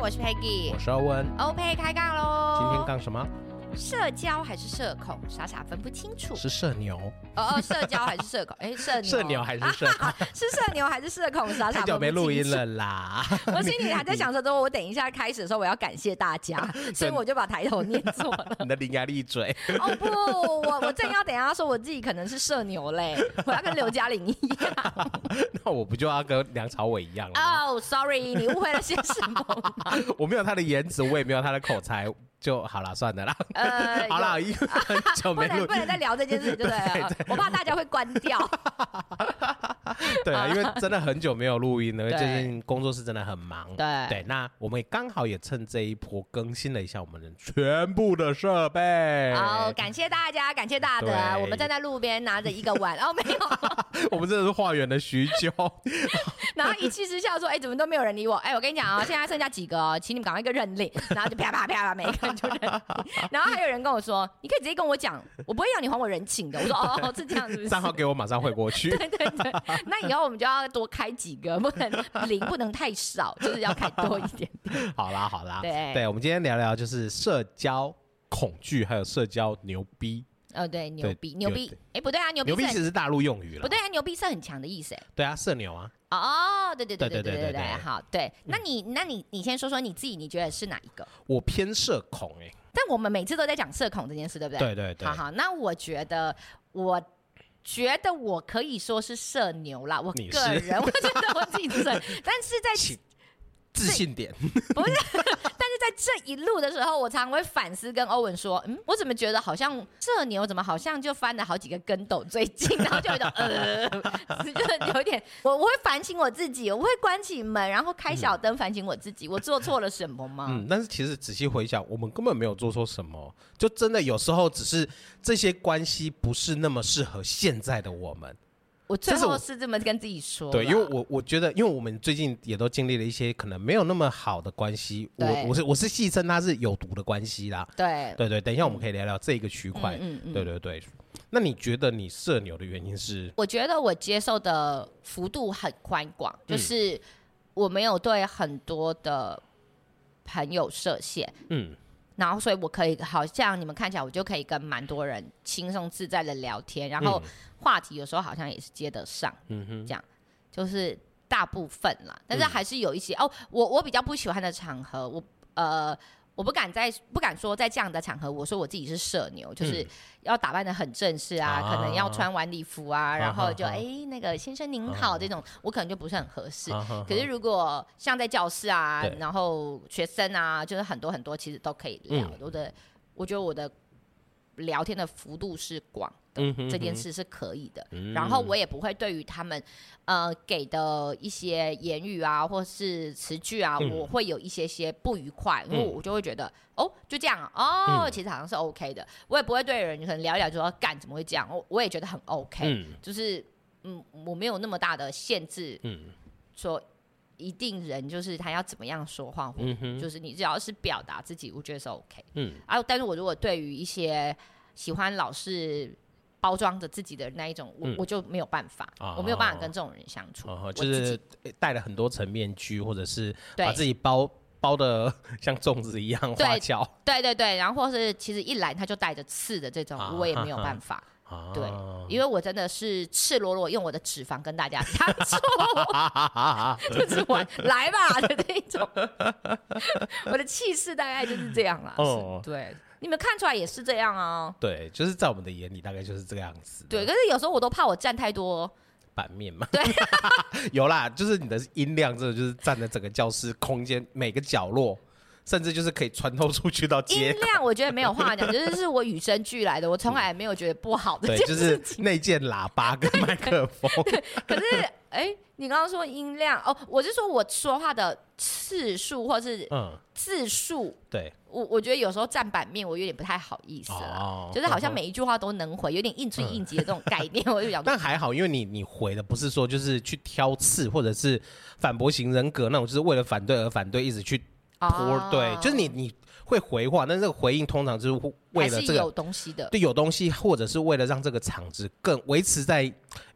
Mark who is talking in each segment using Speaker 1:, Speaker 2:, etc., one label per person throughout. Speaker 1: 我是 Peggy，
Speaker 2: 我是欧文。
Speaker 1: OK 开杠
Speaker 2: 今天
Speaker 1: 喽。
Speaker 2: 干什么？
Speaker 1: 社交还是社恐，傻傻分不清楚。
Speaker 2: 是社牛，
Speaker 1: 哦哦，社交还是社 恐？哎，社牛
Speaker 2: 社牛还是 社恐？
Speaker 1: 是社牛还是社恐？傻傻
Speaker 2: 太久
Speaker 1: 分
Speaker 2: 没录
Speaker 1: 不清
Speaker 2: 音
Speaker 1: 楚。
Speaker 2: 了啦。
Speaker 1: 我心里还在想着说，我等一下开始的时候我要感谢大 家，所以我就把抬头念错了。
Speaker 2: 你的伶牙俐嘴，
Speaker 1: 哦不，我我正要等一下说我自己可能是社牛嘞，我要跟刘嘉玲一 样。
Speaker 2: 那我不就要跟梁朝伟一样了吗？
Speaker 1: 哦、s o r r y 你误会了些什么？
Speaker 2: 我没有他的颜值，我也没有他的口才，就好了，算了啦。
Speaker 1: 呃，
Speaker 2: 好啦，因为很久
Speaker 1: 有。不
Speaker 2: 没录
Speaker 1: 能不，能再聊这件事，对不 对了？我怕大家会关掉。
Speaker 2: 对啊，因为真的很久没有录音了，
Speaker 1: 对
Speaker 2: 最近工作室真的很忙。
Speaker 1: 对
Speaker 2: 对，那我们刚好也趁这一波更新了一下我们的全部的设备。
Speaker 1: 好，感谢大家，感谢大德。
Speaker 2: 对
Speaker 1: 我们站在路边拿着一个 碗，哦，没有，
Speaker 2: 我们真的是化缘了许 久。
Speaker 1: 然后一气之下说：“哎，怎么都没有人理我？”哎，我跟你讲啊、现在剩下几个哦，请你们赶快一个认领。然后就啪啪啪啪，每一个人就认领。然后还有人跟我说：“你可以直接跟我讲，我不会要你还我人情的。”我说：“哦，是这样 子。”
Speaker 2: 账号给我马上汇过去。
Speaker 1: 对对，那以后我们就要多开几个，不能 零不能太少，就是要开多一 点。
Speaker 2: 好啦，好啦，
Speaker 1: 对
Speaker 2: 我们今天聊聊就是社交恐惧，还有社交牛逼。
Speaker 1: 哦，对，牛逼牛逼
Speaker 2: 对，
Speaker 1: 哎，不对啊，牛
Speaker 2: 牛
Speaker 1: 逼
Speaker 2: 逼
Speaker 1: 是
Speaker 2: 其
Speaker 1: 很
Speaker 2: 实是大陆用语了，
Speaker 1: 不对啊，牛逼是很强的意思哎。
Speaker 2: 对啊，社牛啊。
Speaker 1: 哦，对对对
Speaker 2: 对
Speaker 1: 对
Speaker 2: 对
Speaker 1: 对
Speaker 2: 对对嗯
Speaker 1: 好，对，那你那你你先说说你自己，你觉得是哪一个？
Speaker 2: 我偏社恐哎、
Speaker 1: 但我们每次都在讲社恐这件事，对不对？
Speaker 2: 对对对
Speaker 1: 好，好，那我觉得我。觉得我可以说是社牛啦，我
Speaker 2: 你
Speaker 1: 个
Speaker 2: 是
Speaker 1: 人我觉得我自己是社， 但是在
Speaker 2: 请自信点，
Speaker 1: 不是，但是在这一路的时候，我常会反思，跟欧文说，嗯，我怎么觉得好像这牛怎么好像就翻了好几个跟斗，最近，然后就有一种呃， 就是有一点，我我会反省我自己，我会关起门，然后开小灯反省我自己，我做错了什么吗？
Speaker 2: 嗯嗯，但是其实仔细回想，我们根本没有做错什么，就真的有时候只是这些关系不是那么适合现在的我们。
Speaker 1: 我最
Speaker 2: 这是
Speaker 1: 后
Speaker 2: 我
Speaker 1: 是这么跟自己说啦，
Speaker 2: 对，因为我我觉得，因为我们最近也都经历了一些可能没有那么好的关系，我
Speaker 1: 对
Speaker 2: 我是我是戏称它是有毒的关系啦。
Speaker 1: 对
Speaker 2: 对对，等一下我们可以聊聊这个区块。
Speaker 1: 嗯嗯嗯
Speaker 2: 对对对，那你觉得你社牛的原因是？
Speaker 1: 我觉得我接受的幅度很宽广，
Speaker 2: 嗯
Speaker 1: 就是我没有对很多的朋友设限，
Speaker 2: 嗯，
Speaker 1: 然后所以我可以好像你们看起来，我就可以跟蛮多人轻松自在的聊天，然后话题有时候好像也是接得上，
Speaker 2: 嗯
Speaker 1: 这样就是大部分啦，但是还是有一些、哦，我我比较不喜欢的场合，我呃。我不敢在不敢说在这样的场合，我说我自己是社牛，就是要打扮的很正式啊，
Speaker 2: 嗯啊
Speaker 1: 可能要穿晚礼服 啊，然后就
Speaker 2: 啊
Speaker 1: 哎、
Speaker 2: 啊
Speaker 1: 那个先生
Speaker 2: 嗯
Speaker 1: 您好、这种，我可能就不是很合适。
Speaker 2: 啊哈哈
Speaker 1: 可是如果像在教室啊
Speaker 2: 对，
Speaker 1: 然后学生啊，就是很多很多，其实都可以聊。
Speaker 2: 嗯
Speaker 1: 我的，我觉得我的聊天的幅度是广的，
Speaker 2: 嗯哼嗯
Speaker 1: 这件事是可以的。然后我也不会对于他们呃给的一些言语啊，或是词句啊，
Speaker 2: 嗯
Speaker 1: 我会有一些些不愉快，因为
Speaker 2: 嗯
Speaker 1: 我就会觉得哦，就这样啊哦，其实好像是 OK 的。我也不会对人可能聊一聊就说干怎么会这样，我我也觉得很 OK，、
Speaker 2: 嗯
Speaker 1: 就是。嗯，我没有那么大的限制
Speaker 2: 嗯
Speaker 1: 说一定人就是他要怎么样说话，
Speaker 2: 嗯哼
Speaker 1: 就是你只要是表达自己，我觉得是 OK。
Speaker 2: 嗯
Speaker 1: 啊，但是我如果对于一些喜欢老是包装着自己的那一种，我、
Speaker 2: 嗯
Speaker 1: 我就没有办法，
Speaker 2: 哦
Speaker 1: 我没有办法跟这种人相处。
Speaker 2: 哦，
Speaker 1: 我
Speaker 2: 就
Speaker 1: 自己
Speaker 2: 是戴了很多层面具，或者是
Speaker 1: 对
Speaker 2: 把自己包 包的像粽子一样
Speaker 1: 对
Speaker 2: 花俏
Speaker 1: 对对对，然后或是其实一来他就带着刺的这种，
Speaker 2: 啊
Speaker 1: 我也没有办法。
Speaker 2: 啊
Speaker 1: 对，因为我真的是赤裸裸用我的脂肪跟大家 相处，
Speaker 2: 啊
Speaker 1: 就是 玩来吧的那一种。 我的气势大概就是这样啦。
Speaker 2: 哦
Speaker 1: 是对，你们看出来也是这样啊。
Speaker 2: 对，就是在我们的眼里大概就是这个样子。
Speaker 1: 对，，可是有时候我都怕我站太多，
Speaker 2: 版面嘛。
Speaker 1: 对，
Speaker 2: 有啦，就是你的音量真的就是占了整个教室空间每个角落，甚至就是可以穿透出去到
Speaker 1: 音
Speaker 2: 街。
Speaker 1: 量我觉得没有话讲，就是是我与生俱来的，我从来没有觉得不好的
Speaker 2: 对，
Speaker 1: 这
Speaker 2: 就
Speaker 1: 件事
Speaker 2: 是
Speaker 1: 情。
Speaker 2: 内建喇叭跟麦克 风。
Speaker 1: 可是，哎、你刚刚说音量哦，我是说我说话的次数或是
Speaker 2: 嗯，
Speaker 1: 字数
Speaker 2: 对，
Speaker 1: 我我觉得有时候占版面，我有点不太好意思啦，
Speaker 2: 哦
Speaker 1: 就是好像每一句话都能回，有点应催应急的这种概 念，我就想说，
Speaker 2: 但还好，因为你你回的不是说就是去挑刺或者是反驳型人格那种，就是为了反对而反对，一直去泼。
Speaker 1: 哦
Speaker 2: 对，就是你你会回话，但是这个回应通常就是为了
Speaker 1: 还
Speaker 2: 这
Speaker 1: 是有
Speaker 2: 个
Speaker 1: 东西的，
Speaker 2: 对有东西，或者是为了让这个场子更维持在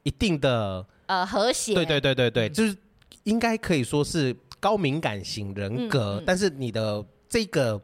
Speaker 2: 一定的
Speaker 1: 呃，和谐，嗯
Speaker 2: 对对对对对，就是应该可以说是高敏感型人格，
Speaker 1: 嗯嗯
Speaker 2: 但是你的这个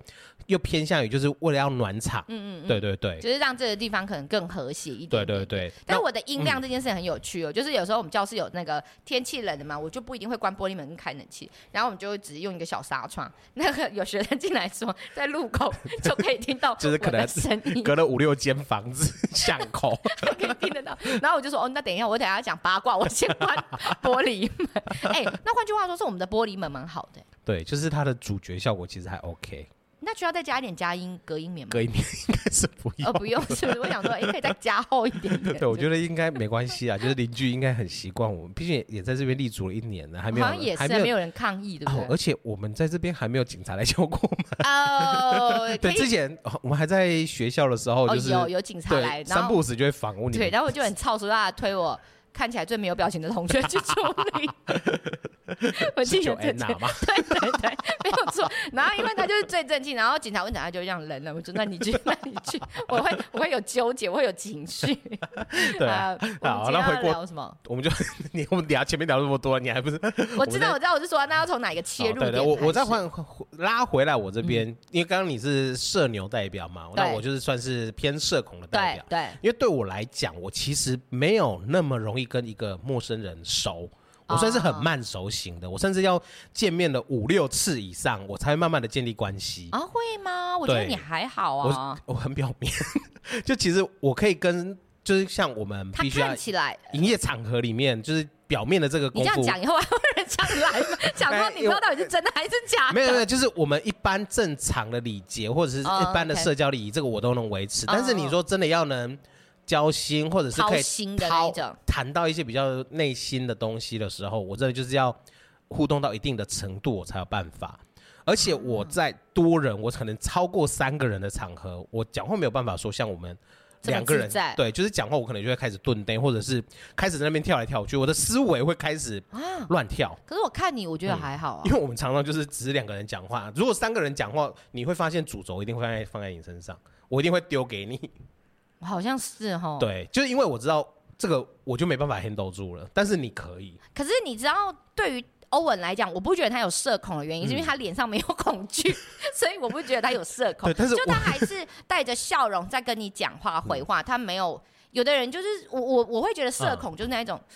Speaker 2: 又偏向于就是为了要暖场，
Speaker 1: 嗯嗯嗯，
Speaker 2: 对对对，
Speaker 1: 就是让这个地方可能更和谐一
Speaker 2: 对
Speaker 1: 点点。
Speaker 2: 对对。
Speaker 1: 但
Speaker 2: 那嗯
Speaker 1: 我的音量这件事很有趣哦，就是有时候我们教室有那个天气冷的嘛，我就不一定会关玻璃门跟开冷气，然后我们就只用一个小纱窗。那个有学生进来说，在路 口就可以听到
Speaker 2: 就是可
Speaker 1: 我的
Speaker 2: 能
Speaker 1: 声音，
Speaker 2: 隔了五六间房子巷 口，
Speaker 1: 可以听得到。然后我就说，哦，那等一下，我等一下要讲八卦，我先 关玻璃门。哎、那换句话说，是我们的玻璃门蛮好的、
Speaker 2: 对，就是它的主角效果其实还 OK，
Speaker 1: 那需要再加一点加音隔音棉吗？
Speaker 2: 隔一面应该是不用。
Speaker 1: 哦，不用，是不是？我想说，哎、可以再加厚一点点。
Speaker 2: 对，我觉得应该没关系啊，就是邻居应该很习惯我们，毕竟也也在这边立足了一年了，还没有
Speaker 1: 好像也
Speaker 2: 人还
Speaker 1: 是
Speaker 2: 没
Speaker 1: 没
Speaker 2: 有
Speaker 1: 有人抗议，对不
Speaker 2: 哦，
Speaker 1: 对？
Speaker 2: 而且我们在这边还没有警察来教过我们。
Speaker 1: 哦，可
Speaker 2: 对，
Speaker 1: 以
Speaker 2: 之前哦我们还在学校的时候，
Speaker 1: 哦，
Speaker 2: 就是
Speaker 1: 有有警察来，然
Speaker 2: 对三
Speaker 1: 后
Speaker 2: 不五时就会访问你
Speaker 1: 对，
Speaker 2: 们。
Speaker 1: 然后我就很操说他推我看起来最没有表情的同学去处 理。我记得
Speaker 2: 是九
Speaker 1: 这
Speaker 2: N
Speaker 1: 件
Speaker 2: 呐嘛，
Speaker 1: 对对对，没有错。然后因为他就是最正经，然后警察问他，他就这样冷了。我说那你去，那你去，我会我会有纠结，我会有情绪。
Speaker 2: 对啊，
Speaker 1: 啊，
Speaker 2: 好
Speaker 1: 我们今天
Speaker 2: 那回
Speaker 1: 要
Speaker 2: 过
Speaker 1: 聊什么？
Speaker 2: 我们就你我们聊前面聊那么多，你还 不是
Speaker 1: 我
Speaker 2: 们
Speaker 1: 知
Speaker 2: 在
Speaker 1: 道，我知道，我是说那要从哪个切入
Speaker 2: 对
Speaker 1: 点开
Speaker 2: 对，
Speaker 1: 始？
Speaker 2: 我我再换换拉回来我这边，因为刚刚你是社牛代表嘛，那
Speaker 1: 对
Speaker 2: 我就是算是偏社恐的代
Speaker 1: 对
Speaker 2: 表。
Speaker 1: 对，
Speaker 2: 因为对我来讲，我其实没有那么容易跟一个陌生人熟，我算是很
Speaker 1: 哦
Speaker 2: 慢熟型的，我甚至要见面了五六次以上，我才会慢慢的建立关系。
Speaker 1: 啊，会吗？我觉得
Speaker 2: 对
Speaker 1: 你还好啊。
Speaker 2: 我很表面， 就其实我可以跟，就是像我们
Speaker 1: 他
Speaker 2: 必须要
Speaker 1: 看起来，
Speaker 2: 营业场合里面，就是表面的这个
Speaker 1: 你
Speaker 2: 功
Speaker 1: 这样
Speaker 2: 夫。哎
Speaker 1: 讲以后还会有人想来 吗？想说你不知道到底是真的还是假的？
Speaker 2: 没有没有，就是我们一般正常的礼节或者是一
Speaker 1: 哦
Speaker 2: 般的
Speaker 1: OK
Speaker 2: 社交礼仪，这个我都能维持。
Speaker 1: 哦
Speaker 2: 但是你说真的要能交心，或者是
Speaker 1: 掏
Speaker 2: 可以
Speaker 1: 心的那一种。
Speaker 2: 谈到一些比较内心的东西的时候，我真的就是要互动到一定的程度，我才有办法。而且我在多人，我可能超过三个人的场合，我讲话没有办法说像我们
Speaker 1: 这么
Speaker 2: 两个人
Speaker 1: 自在
Speaker 2: 对，就是讲话我可能就会开始顿呆，或者是开始在那边跳来跳去，我的思维会开始
Speaker 1: 啊，
Speaker 2: 乱跳。
Speaker 1: 可是我看你，我觉得还好啊
Speaker 2: 嗯因。为我们常常就是只是两个人讲话，如果三个人讲话，你会发现主轴一定会放在放在你身上，我一定会丢给你。
Speaker 1: 好像是哦哈。。
Speaker 2: 对，就是因为我知道这个，我就没办法 handle 住了，但是你可以。
Speaker 1: 可是你知道，对于欧文来讲，我不觉得他有社恐的原
Speaker 2: 嗯
Speaker 1: 因，是因为他脸上没有恐惧， 所以我不觉得他有社恐。
Speaker 2: 对但是
Speaker 1: 就
Speaker 2: 我
Speaker 1: 他还是带着笑容在跟你讲话、回话，
Speaker 2: 嗯
Speaker 1: 他没有。有的人就是我我我会觉得社恐就是那一种，
Speaker 2: 嗯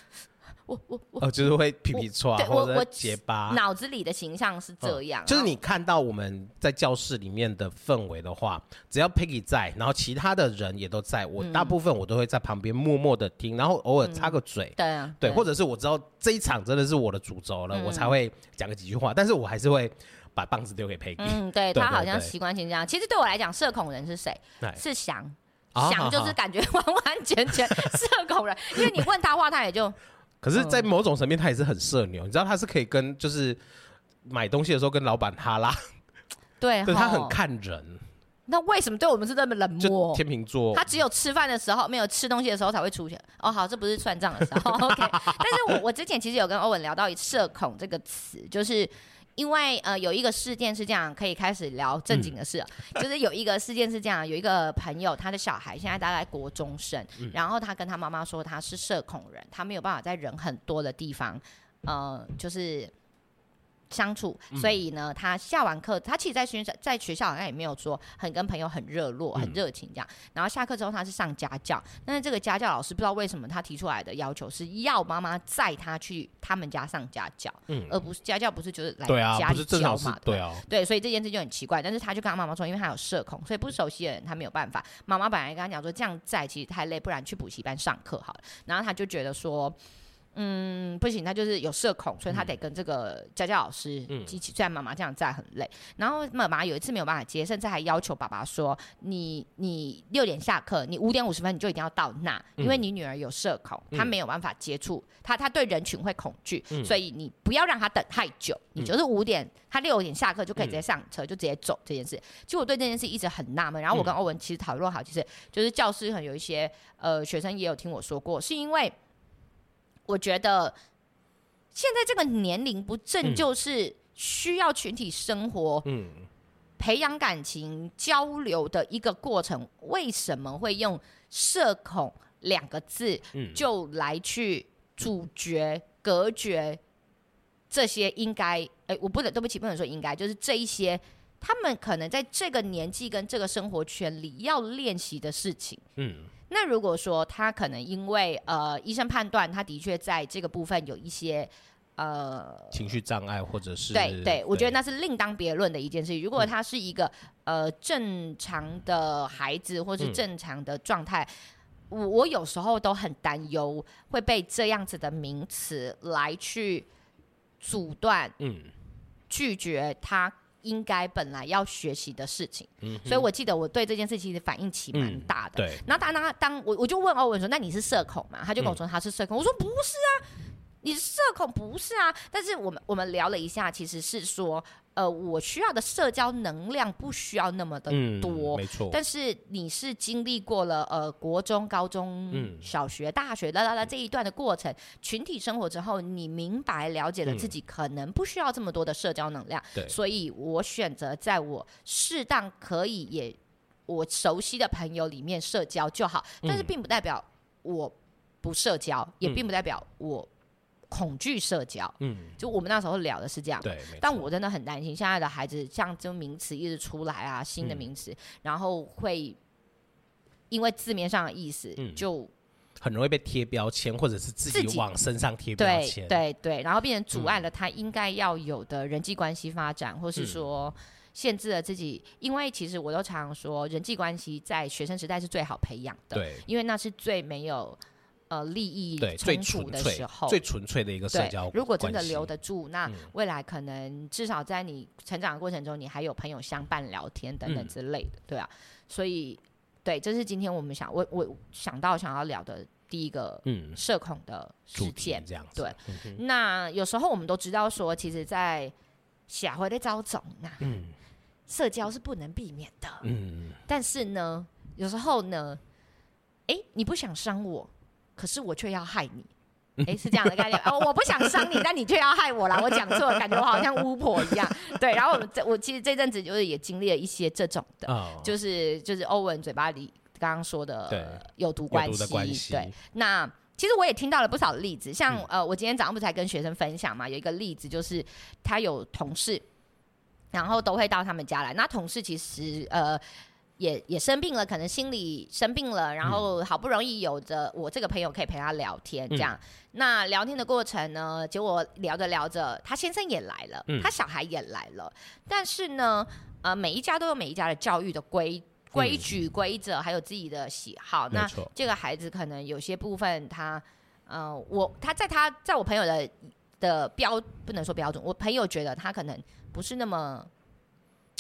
Speaker 1: 我我我
Speaker 2: 呃，就是会皮皮抓
Speaker 1: 对
Speaker 2: 或
Speaker 1: 我
Speaker 2: 者
Speaker 1: 我
Speaker 2: 结巴。
Speaker 1: 脑子里的形象是这样，
Speaker 2: 啊
Speaker 1: 啊
Speaker 2: 嗯就是你看到我们在教室里面的氛围的话，只要 Peggy 在，然后其他的人也都在，我
Speaker 1: 嗯
Speaker 2: 大部分我都会在旁边默默的听，然后偶尔插个嘴，
Speaker 1: 对啊
Speaker 2: 对，或
Speaker 1: 者
Speaker 2: 者是我知道这一场真的是我的主轴了，
Speaker 1: 嗯
Speaker 2: 我才会讲个几句话，但是我还是会把棒子丢给 Peggy。
Speaker 1: 嗯，对
Speaker 2: 对
Speaker 1: 他
Speaker 2: 对
Speaker 1: 好像
Speaker 2: 对
Speaker 1: 习惯性这样。其实对我来讲，社恐人是谁？
Speaker 2: 哎
Speaker 1: 是翔。
Speaker 2: 啊
Speaker 1: 翔就是感觉完完全全 社恐人，因为你问他话，他也就嗯
Speaker 2: 可是，在某种层面，他也是很社牛，你知道他是可以跟就是买东西的时候跟老板哈拉，
Speaker 1: 对，
Speaker 2: 对他
Speaker 1: 哎吼
Speaker 2: 很看人，
Speaker 1: 那为什么对我们是这么冷
Speaker 2: 就
Speaker 1: 漠？
Speaker 2: 天秤座
Speaker 1: 他，只有吃饭的时候，没有吃东西的时候才会出现。哦，好，这不是算账的时候。OK，但 是 我我之前其实有跟欧文聊到“社恐”这个词，就是因为呃有一个事件是这样，可以开始聊正经的事了。啊
Speaker 2: 嗯
Speaker 1: 就是有一个事件是这样，有一个朋友他的小孩现在大概国中生，
Speaker 2: 嗯
Speaker 1: 然后他跟他妈妈说他是社恐人，他没有办法在人很多的地方，呃，就是。相处，
Speaker 2: 嗯
Speaker 1: 所以呢，他下完课，他其实在学校在学校好像也没有说很跟朋友很热络、
Speaker 2: 嗯
Speaker 1: 很热情这样。然后下课之后他是上家教，但是这个家教老师不知道为什么他提出来的要求是要妈妈载他去他们家上家教，
Speaker 2: 嗯
Speaker 1: 而不是家教不是就是来
Speaker 2: 对啊，
Speaker 1: 家
Speaker 2: 不
Speaker 1: 里
Speaker 2: 是正
Speaker 1: 教
Speaker 2: 常是
Speaker 1: 嘛，
Speaker 2: 对啊，
Speaker 1: 对，所以这件事就很奇怪。但是他就跟他妈妈说，因为他有社恐，所以不熟悉的人他没有办法。妈妈本来跟他讲说，这样在其实太累，不然去补习班上课好了。然后他就觉得说。嗯，不行，他就是有社恐，所以他得跟这个家教老师
Speaker 2: 嗯
Speaker 1: 一起。虽然妈妈这样在很累，然后妈妈有一次没有办法接，甚至还要求爸爸说：“你你六点下课，你五点五十分你就一定要到那，因为你女儿有社恐，她
Speaker 2: 嗯
Speaker 1: 没有办法接触，她她对人群会恐惧，
Speaker 2: 嗯
Speaker 1: 所以你不要让她等太久，你就是五点，她六点下课就可以直接上车，就直接走这件事。其实我对这件事一直很纳闷，然后我跟欧文其实讨论好，其实就是教师可能有一些呃学生也有听我说过，是因为我觉得现在这个年龄不正
Speaker 2: 嗯
Speaker 1: 就是需要群体生活
Speaker 2: 嗯，
Speaker 1: 培养感情交流的一个过程，为什么会用“社恐”两个字
Speaker 2: 嗯
Speaker 1: 就来去主角隔绝这些应该，哎、我不能对不起，不能说应该，就是这一些。他们可能在这个年纪跟这个生活圈里要练习的事情，
Speaker 2: 嗯，
Speaker 1: 那如果说他可能因为呃医生判断他的确在这个部分有一些呃，
Speaker 2: 情绪障碍或者是嗯
Speaker 1: 对对，我觉得那是另当别论的一件事情。如果他是一个、呃正常的孩子或是
Speaker 2: 嗯
Speaker 1: 正常的状态，我我有时候都很担忧会被这样子的名词来去阻断
Speaker 2: 嗯
Speaker 1: 拒绝他应该本来要学习的事情。
Speaker 2: 嗯哼，
Speaker 1: 所以我记得我对这件事其实反应起蛮
Speaker 2: 嗯
Speaker 1: 大的。
Speaker 2: 对，
Speaker 1: 然后他当当我我就问欧文说：“那你是社恐吗？”他就跟我说他是社恐。我说：“不是啊，你是社恐不是啊。”但是我们我们聊了一下，其实是说，呃，我需要的社交能量不需要那么的
Speaker 2: 嗯，
Speaker 1: 多。
Speaker 2: 没错，
Speaker 1: 但是你是经历过了呃国中、高中、
Speaker 2: 嗯
Speaker 1: 小学、大学啦啦啦这一段的过程，群体生活之后，你明白了解了
Speaker 2: 嗯
Speaker 1: 自己可能不需要这么多的社交能量，
Speaker 2: 对
Speaker 1: 所以我选择在我适当可以也我熟悉的朋友里面社交就好，但是
Speaker 2: 嗯
Speaker 1: 并不代表我不社交，也
Speaker 2: 嗯
Speaker 1: 并不代表我恐惧社交。
Speaker 2: 嗯，
Speaker 1: 就我们那时候聊的是这样，
Speaker 2: 对，没
Speaker 1: 但
Speaker 2: 错
Speaker 1: 我真的很担心现在的孩子，像这名词一直出来啊，新的
Speaker 2: 嗯
Speaker 1: 名词，然后会因为字面上的意思、
Speaker 2: 嗯
Speaker 1: 就
Speaker 2: 很容易被贴标签，或者是自
Speaker 1: 自
Speaker 2: 己
Speaker 1: 己
Speaker 2: 往身上贴标
Speaker 1: 对
Speaker 2: 签，，
Speaker 1: 对对，然后变成阻碍了他应该要有的人际关系发展，或是
Speaker 2: 嗯
Speaker 1: 说限制了自己。因为其实我都常说，人际关系在学生时代是最好培养的，
Speaker 2: 对
Speaker 1: 因为那是最没有呃利益
Speaker 2: 对，最
Speaker 1: 冲突
Speaker 2: 纯
Speaker 1: 的
Speaker 2: 粹
Speaker 1: 时候，、
Speaker 2: 最纯粹的一个社
Speaker 1: 对
Speaker 2: 交，
Speaker 1: 如果真的留，得住，那
Speaker 2: 嗯
Speaker 1: 未来可能至少在你成长的过程中，你还有朋友相伴、聊天等等
Speaker 2: 嗯
Speaker 1: 之类的，对啊。所以，对，这是今天我们想我我想到想要聊的第一个
Speaker 2: 嗯，
Speaker 1: 社恐的事
Speaker 2: 主题
Speaker 1: 件。
Speaker 2: 这样子，
Speaker 1: 对
Speaker 2: 嗯哼，
Speaker 1: 那有时候我们都知道说，其实，在社会的招总呐，
Speaker 2: 嗯
Speaker 1: 社交是不能避免的。
Speaker 2: 嗯，
Speaker 1: 但是呢，有时候呢，诶，你不想伤我，可是我却要害你。 诶，是这样的概念哦，我不想伤你，但你却要害我啦！我讲错了，感觉我好像巫婆一 样。对，然后我们这我其实这阵子就是也经历了一些这种的，
Speaker 2: 哦
Speaker 1: 就是就是欧文嘴巴里刚刚说
Speaker 2: 对
Speaker 1: 的有毒
Speaker 2: 有
Speaker 1: 关
Speaker 2: 毒
Speaker 1: 系
Speaker 2: 的，关系，
Speaker 1: 对，那其实我也听到了不少例子，像、
Speaker 2: 嗯
Speaker 1: 呃，我今天早上不是才跟学生分享嘛，有一个例子就是他有同事，然后都会到他们家来。那同事其实呃。也也生病了，可能心里生病
Speaker 2: 嗯
Speaker 1: 了，然后好不容易有着我这个朋友可以陪他聊天，这样。
Speaker 2: 嗯
Speaker 1: 那聊天的过程呢，结果聊着聊着，他先生也来了，
Speaker 2: 嗯
Speaker 1: 他小孩也来了，但是呢，呃，每一家都有每一家的教育的规规
Speaker 2: 嗯
Speaker 1: 矩、规则，还有自己的喜好。那
Speaker 2: 没错，
Speaker 1: 这个孩子可能有些部分他，呃，我他在他在我朋友的的标不能说标准，我朋友觉得他可能不是那么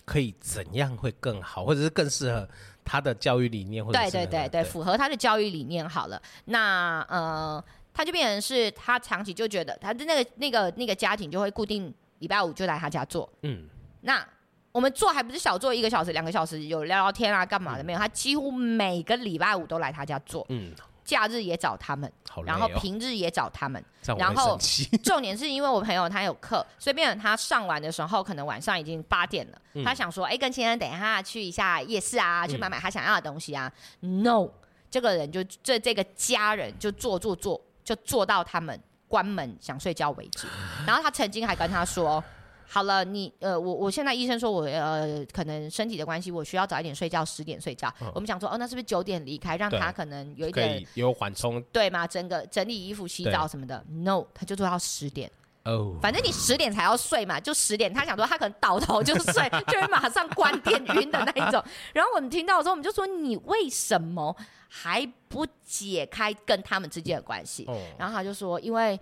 Speaker 2: 可以怎样会更好，或者是更适合他的教育理念，或者
Speaker 1: 对
Speaker 2: 是
Speaker 1: 对
Speaker 2: 那
Speaker 1: 对
Speaker 2: 个
Speaker 1: 对符合他的教育理念好了。那呃，他就变成是他长期就觉得他的那个那个那个家庭就会固定礼拜五就来他家做，
Speaker 2: 嗯，
Speaker 1: 那我们做还不是小做一个小时、两个小时，有聊聊天啊、干嘛的没有？他几乎每个礼拜五都来他家做，
Speaker 2: 嗯，
Speaker 1: 假日也找他们，
Speaker 2: 好累
Speaker 1: 然后
Speaker 2: 哦，
Speaker 1: 平日也找他们。
Speaker 2: 这样我
Speaker 1: 然
Speaker 2: 会
Speaker 1: 后
Speaker 2: 生气
Speaker 1: 重点是因为我朋友他有课，所以变成他上完的时候，可能晚上已经八点了。
Speaker 2: 嗯
Speaker 1: 他想说，哎、跟先生等一下去一下夜市啊，去买买他想要的东西啊。No，这个人就这这个家人就做做做，就做到他们关门想睡觉为止。 然后他曾经还跟他说。好了，你呃，我我现在医生说我呃，可能身体的关系，我需要早一点睡觉，十点睡觉。
Speaker 2: 嗯
Speaker 1: 我们想说，哦，那是不是九点离开，让
Speaker 2: 对
Speaker 1: 他可能有一
Speaker 2: 可
Speaker 1: 点
Speaker 2: 以有缓冲
Speaker 1: 对吗？整个整理衣服、洗澡
Speaker 2: 对
Speaker 1: 什么的，no，他就做到十点。
Speaker 2: 哦，
Speaker 1: 反正你十点才要睡嘛，就十点。他想说他可能倒头就睡，就会马上关电晕的那一种。然后我们听到的时候，我们就说你为什么还不解开跟他们之间的关系？
Speaker 2: 哦
Speaker 1: 然后他就说，因为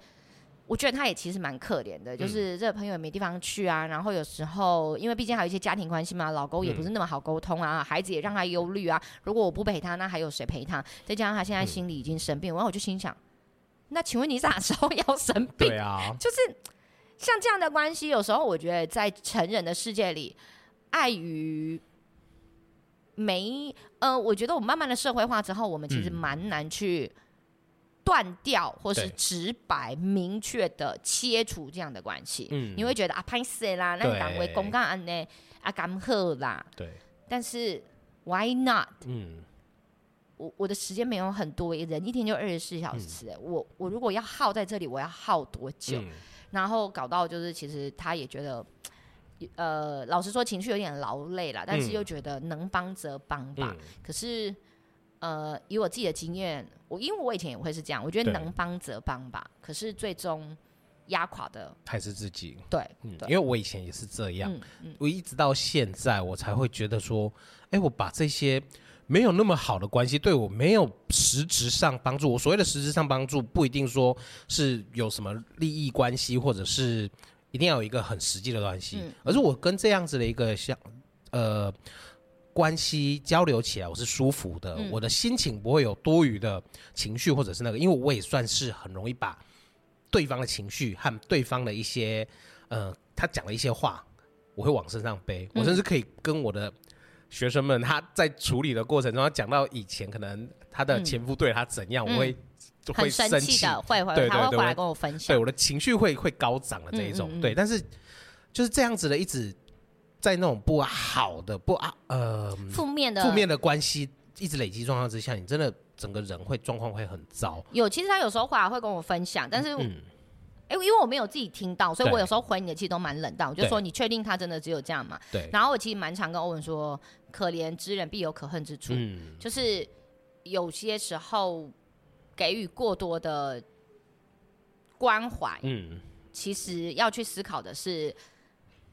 Speaker 1: 我觉得他也其实蛮可怜的，就是这个朋友也没地方去啊，然后有时候因为毕竟还有一些家庭关系嘛，老公也不是那么好沟通啊，孩子也让他忧虑啊。如果我不陪他，那还有谁陪他？再加上他现在心里已经生病，然后我就心想，那请问你啥时候要生病
Speaker 2: 对？啊，
Speaker 1: 就是像这样的关系，有时候我觉得在成人的世界里，碍于没呃，我觉得我们慢慢的社会化之后，我们其实
Speaker 2: 嗯
Speaker 1: 蛮难去断掉或是
Speaker 2: 对
Speaker 1: 直白、明确的切除这样的关系。
Speaker 2: 嗯，
Speaker 1: 你会觉得啊，拍死啦，那
Speaker 2: 对
Speaker 1: 岗位公干安呢，啊，干喝啦，
Speaker 2: 对，
Speaker 1: 但是 why not？
Speaker 2: 嗯，
Speaker 1: 我我的时间没有很多，人一天就二十四小时、欸我我如果要耗在这里，我要耗多久？
Speaker 2: 嗯
Speaker 1: 然后搞到就是，其实他也觉得，呃，老实说情绪有点劳累了，但是
Speaker 2: 嗯
Speaker 1: 又觉得能帮则帮吧。
Speaker 2: 嗯
Speaker 1: 可是，呃，以我自己的经验，我因为我以前也会是这样，我觉得
Speaker 2: 对
Speaker 1: 能帮则帮吧。可是最终压垮的，
Speaker 2: 还是自己，
Speaker 1: 对
Speaker 2: 嗯，因
Speaker 1: 对，
Speaker 2: 为我以前也是这样，
Speaker 1: 嗯嗯，
Speaker 2: 我一直到现在我才会觉得说，哎，我把这些没有那么好的关系对我没有实质上帮助，我所谓的实质上帮助不一定说是有什么利益关系，或者是一定要有一个很实际的关系，
Speaker 1: 嗯
Speaker 2: 而是我跟这样子的一个像呃。关系交流起来，我是舒服的，
Speaker 1: 嗯
Speaker 2: 我的心情不会有多余的情绪或者是那个，因为我也算是很容易把对方的情绪和对方的一些呃他讲的一些话，我会往身上背。
Speaker 1: 嗯
Speaker 2: 我甚至可以跟我的学生们，他在处理的过程中，他讲到以前可能他的前夫对他怎样，
Speaker 1: 嗯
Speaker 2: 我会就会
Speaker 1: 很
Speaker 2: 生
Speaker 1: 生
Speaker 2: 气
Speaker 1: 气的，会会会，
Speaker 2: 对
Speaker 1: 他
Speaker 2: 对
Speaker 1: 会
Speaker 2: 对
Speaker 1: 回
Speaker 2: 我
Speaker 1: 来跟我分享
Speaker 2: 对。我的情绪会会高涨的这一种，
Speaker 1: 嗯嗯嗯
Speaker 2: 对，但是就是这样子的，一直在那种不好的不啊呃
Speaker 1: 负面的
Speaker 2: 负面的关系一直累积状况之下，你真的整个人会状况会很糟，
Speaker 1: 有，其实他有时候回来会跟我分享，但是，哎、
Speaker 2: 嗯，
Speaker 1: 因为我没有自己听到，所以
Speaker 2: 对
Speaker 1: 我有时候回你的其实都蛮冷淡，我就
Speaker 2: 对
Speaker 1: 说你确定他真的只有这样吗？
Speaker 2: 对，
Speaker 1: 然后我其实蛮常跟欧文说，可怜之人必有可恨之处，
Speaker 2: 嗯，
Speaker 1: 就是有些时候给予过多的关怀，
Speaker 2: 嗯，
Speaker 1: 其实要去思考的是，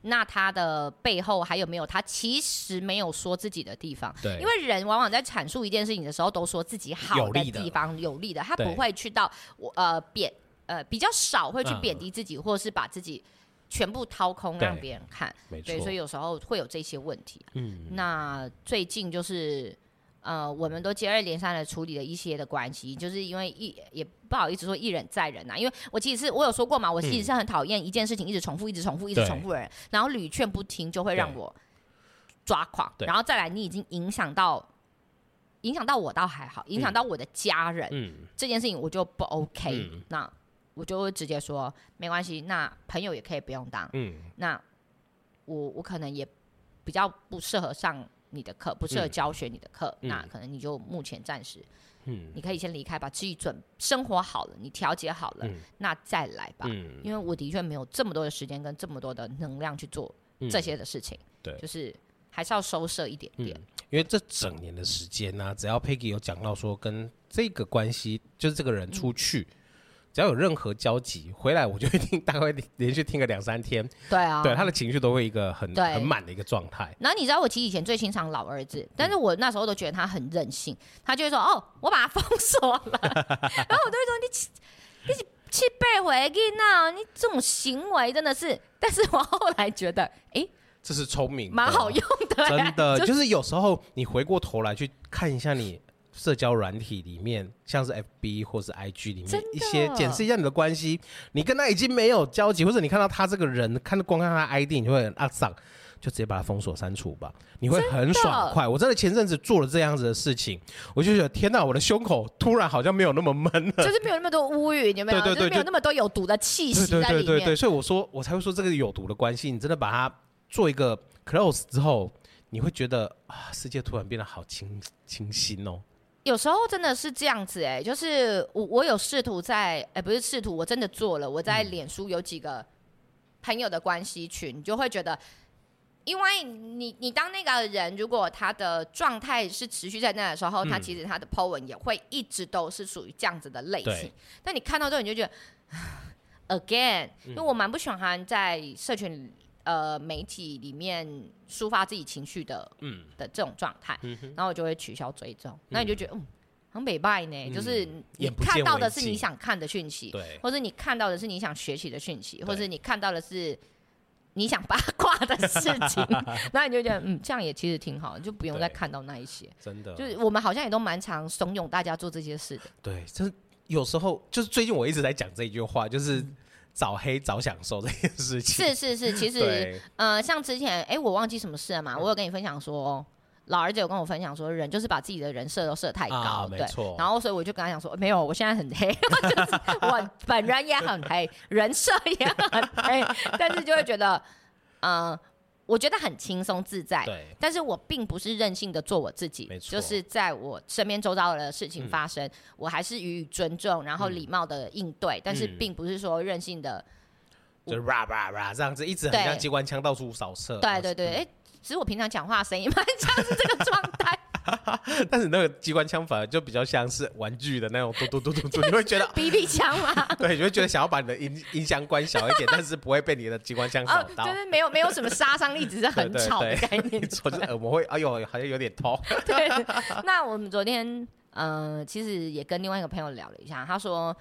Speaker 1: 那他的背后还有没有他其实没有说自己的地方？
Speaker 2: 对，
Speaker 1: 因为人往往在阐述一件事情的时候，都说自己好
Speaker 2: 有
Speaker 1: 的
Speaker 2: 利的
Speaker 1: 地方有利的，他
Speaker 2: 对
Speaker 1: 不会去到我呃贬呃比较少会去
Speaker 2: 嗯
Speaker 1: 贬低自己，或者是把自己全部掏空让
Speaker 2: 对
Speaker 1: 别人看。
Speaker 2: 没错
Speaker 1: 对，，所以有时候会有这些问题。啊
Speaker 2: 嗯，
Speaker 1: 那最近就是呃，我们都接二连三的处理了一些的关系，就是因为一也不好意思说一忍再忍呐、啊因为我其实是我有说过嘛，我其实是很讨厌一件事情一直重复、一直重复、一直
Speaker 2: 嗯对
Speaker 1: 重复的人，然后屡劝不听，就会让
Speaker 2: 对
Speaker 1: 我抓狂，
Speaker 2: 对
Speaker 1: 然后再来你已经影响到。影响到我倒还好，影响
Speaker 2: 嗯
Speaker 1: 到我的家人、
Speaker 2: 嗯，
Speaker 1: 这件事情我就不 OK，、
Speaker 2: 嗯
Speaker 1: 那我就会直接说没关系，那朋友也可以不用当，
Speaker 2: 嗯，
Speaker 1: 那我我可能也比较不适合上你的课，不适合
Speaker 2: 嗯
Speaker 1: 教学你的课，
Speaker 2: 嗯
Speaker 1: 那可能你就目前暂时，
Speaker 2: 嗯
Speaker 1: 你可以先离开，把自己准生活好了，你调节好了，
Speaker 2: 嗯
Speaker 1: 那再来吧。
Speaker 2: 嗯，
Speaker 1: 因为我的确没有这么多的时间跟这么多的能量去做
Speaker 2: 嗯
Speaker 1: 这些的事情，
Speaker 2: 对嗯
Speaker 1: 就是还是要收摄一点点。
Speaker 2: 因为这整年的时间呢、只要 Peggy 有讲到说跟这个关系，就是这个人出去，
Speaker 1: 嗯
Speaker 2: 只要有任何交集，回来我就一定大概会连续听个两三天，
Speaker 1: 对啊，
Speaker 2: 对他的情绪都会一个很
Speaker 1: 对
Speaker 2: 很满的一个状态。
Speaker 1: 然后你知道我其实以前最欣赏老儿
Speaker 2: 嗯
Speaker 1: 子，但是我那时候都觉得他很任性，他就会说：“哦，我把他封锁 了。”然后我都会说：“你七你七背回去那，你这种行为真的是……”但是我后来觉得，哎，
Speaker 2: 这是聪明的，
Speaker 1: 蛮好用的、
Speaker 2: 真 的
Speaker 1: 就
Speaker 2: 就是有时候你回过头来去看一下你。社交软体里面，像是 FB 或是 IG 里
Speaker 1: 真
Speaker 2: 面
Speaker 1: 的
Speaker 2: 一些检视一下你的关系，你跟他已经没有交集，或者你看到他这个人，看光看他 ID 你就会很肮脏，就直接把他封锁删除吧，你会很爽快。我真的前阵子做了这样子的事情，我就觉得天哪，我的胸口突然好像没有那么闷了。
Speaker 1: 就是没有那么多乌云，有没有？
Speaker 2: 对
Speaker 1: 就是
Speaker 2: 对对
Speaker 1: 没有
Speaker 2: 就
Speaker 1: 那么多有毒的气
Speaker 2: 对
Speaker 1: 息
Speaker 2: 对
Speaker 1: 在里
Speaker 2: 对
Speaker 1: 面。
Speaker 2: 对对，所以我说我才会说这个有毒的关系，你真的把它做一个 close 之后，你会觉得啊，世界突然变得好清清新哦。
Speaker 1: 有时候真的是这样子哎、就是我我有试图在哎、不是试图，我真的做了。我
Speaker 2: 嗯
Speaker 1: 在脸书有几个朋友的关系群，你就会觉得，因为你你当那个人如果他的状态是持续在那的时候，
Speaker 2: 嗯
Speaker 1: 他其实他的 po 文也会一直都是属于这样子的类型
Speaker 2: 对。
Speaker 1: 但你看到之后，你就觉得 again，因为
Speaker 2: 嗯
Speaker 1: 我蛮不喜欢在社群呃媒体里面抒发自己情绪的
Speaker 2: 嗯
Speaker 1: 的这种状态。
Speaker 2: 嗯哼，
Speaker 1: 然后我就会取消追踪。那你就觉得，嗯，很美败呢，
Speaker 2: 嗯
Speaker 1: 就是你
Speaker 2: 眼不见
Speaker 1: 看到的
Speaker 2: 为
Speaker 1: 是
Speaker 2: 净
Speaker 1: 你想看的讯息，
Speaker 2: 对，
Speaker 1: 或者你看到的是你想学习的讯息，或者你看到的是你想八卦的事 情，那你就觉得，嗯，这样也其实挺好，就不用再
Speaker 2: 对
Speaker 1: 看到那一些。
Speaker 2: 真的
Speaker 1: 就是我们好像也都蛮常怂恿大家做这些事 的，
Speaker 2: 对，真的有时候就是最近我一直在讲这一句话，就是早黑早享受这件事情。
Speaker 1: 嗯是是是，其实
Speaker 2: 对，
Speaker 1: 呃，像之前，哎、我忘记什么事了嘛，
Speaker 2: 嗯
Speaker 1: 我有跟你分享说，老儿子有跟我分享说，人就是把自己的人设都设太高，
Speaker 2: 啊没
Speaker 1: 对
Speaker 2: 错，
Speaker 1: 然后所以我就跟他讲说，没有，我现在很黑， 就是我本人也很黑，人设也很黑，但是就会觉得，嗯、我觉得很轻松自在。
Speaker 2: 对，
Speaker 1: 但是我并不是任性的做我自己
Speaker 2: 没，错嗯
Speaker 1: 就是在我身边周遭的事情发生，我还是予以尊重，然后礼貌的应对，但是
Speaker 2: 嗯
Speaker 1: 并不是说任性的。
Speaker 2: 就是叭叭叭这样子，一直很
Speaker 1: 对
Speaker 2: 像机关枪到处扫射。啊
Speaker 1: 对对
Speaker 2: 嗯
Speaker 1: 对，哎、其实我平常讲话声音蛮像是这个状 态，
Speaker 2: 但是那个机关枪反而就比较像是玩具的那种嘟嘟嘟嘟嘟，你会 觉得
Speaker 1: 比比枪嘛。
Speaker 2: 对，你会觉得想要把你的音音箱关小一点，但是不会被你的机关枪扫
Speaker 1: 哦，
Speaker 2: 到
Speaker 1: 就。是没有没有什么杀伤力，只是很
Speaker 2: 对
Speaker 1: 吵的概
Speaker 2: 对，
Speaker 1: 念
Speaker 2: 没。错，就是耳膜会，哎呦，好像有点 痛。
Speaker 1: 对，
Speaker 2: 啊
Speaker 1: 那我们昨天呃，其实也跟另外一个朋友聊了一下，他说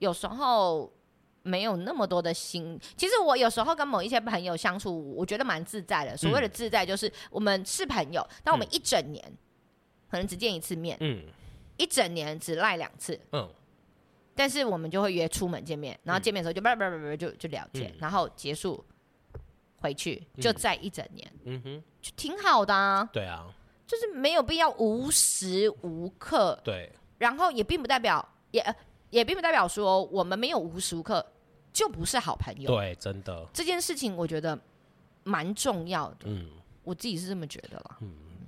Speaker 1: 有时候没有那么多的心。其实我有时候跟某一些朋友相处，我觉得蛮自在的。所
Speaker 2: 嗯
Speaker 1: 谓的自在，就是我们是朋友，但我们一整年、可能只见一次面，
Speaker 2: 嗯
Speaker 1: 一整年只赖两次。
Speaker 2: 嗯，
Speaker 1: 但是我们就会约出门见面，然后见面的时候就叭叭叭叭叭就就聊天，
Speaker 2: 嗯
Speaker 1: 然后结束回去就再一整年，
Speaker 2: 嗯哼，
Speaker 1: 就挺好的啊，
Speaker 2: 对啊，
Speaker 1: 就是没有必要无时无刻，
Speaker 2: 对，
Speaker 1: 然后也并不代表也呃也并不代表说我们没有无时无刻就不是好朋友，
Speaker 2: 对，真的，
Speaker 1: 这件事情我觉得蛮重要的，
Speaker 2: 嗯。
Speaker 1: 我自己是这么觉得啦。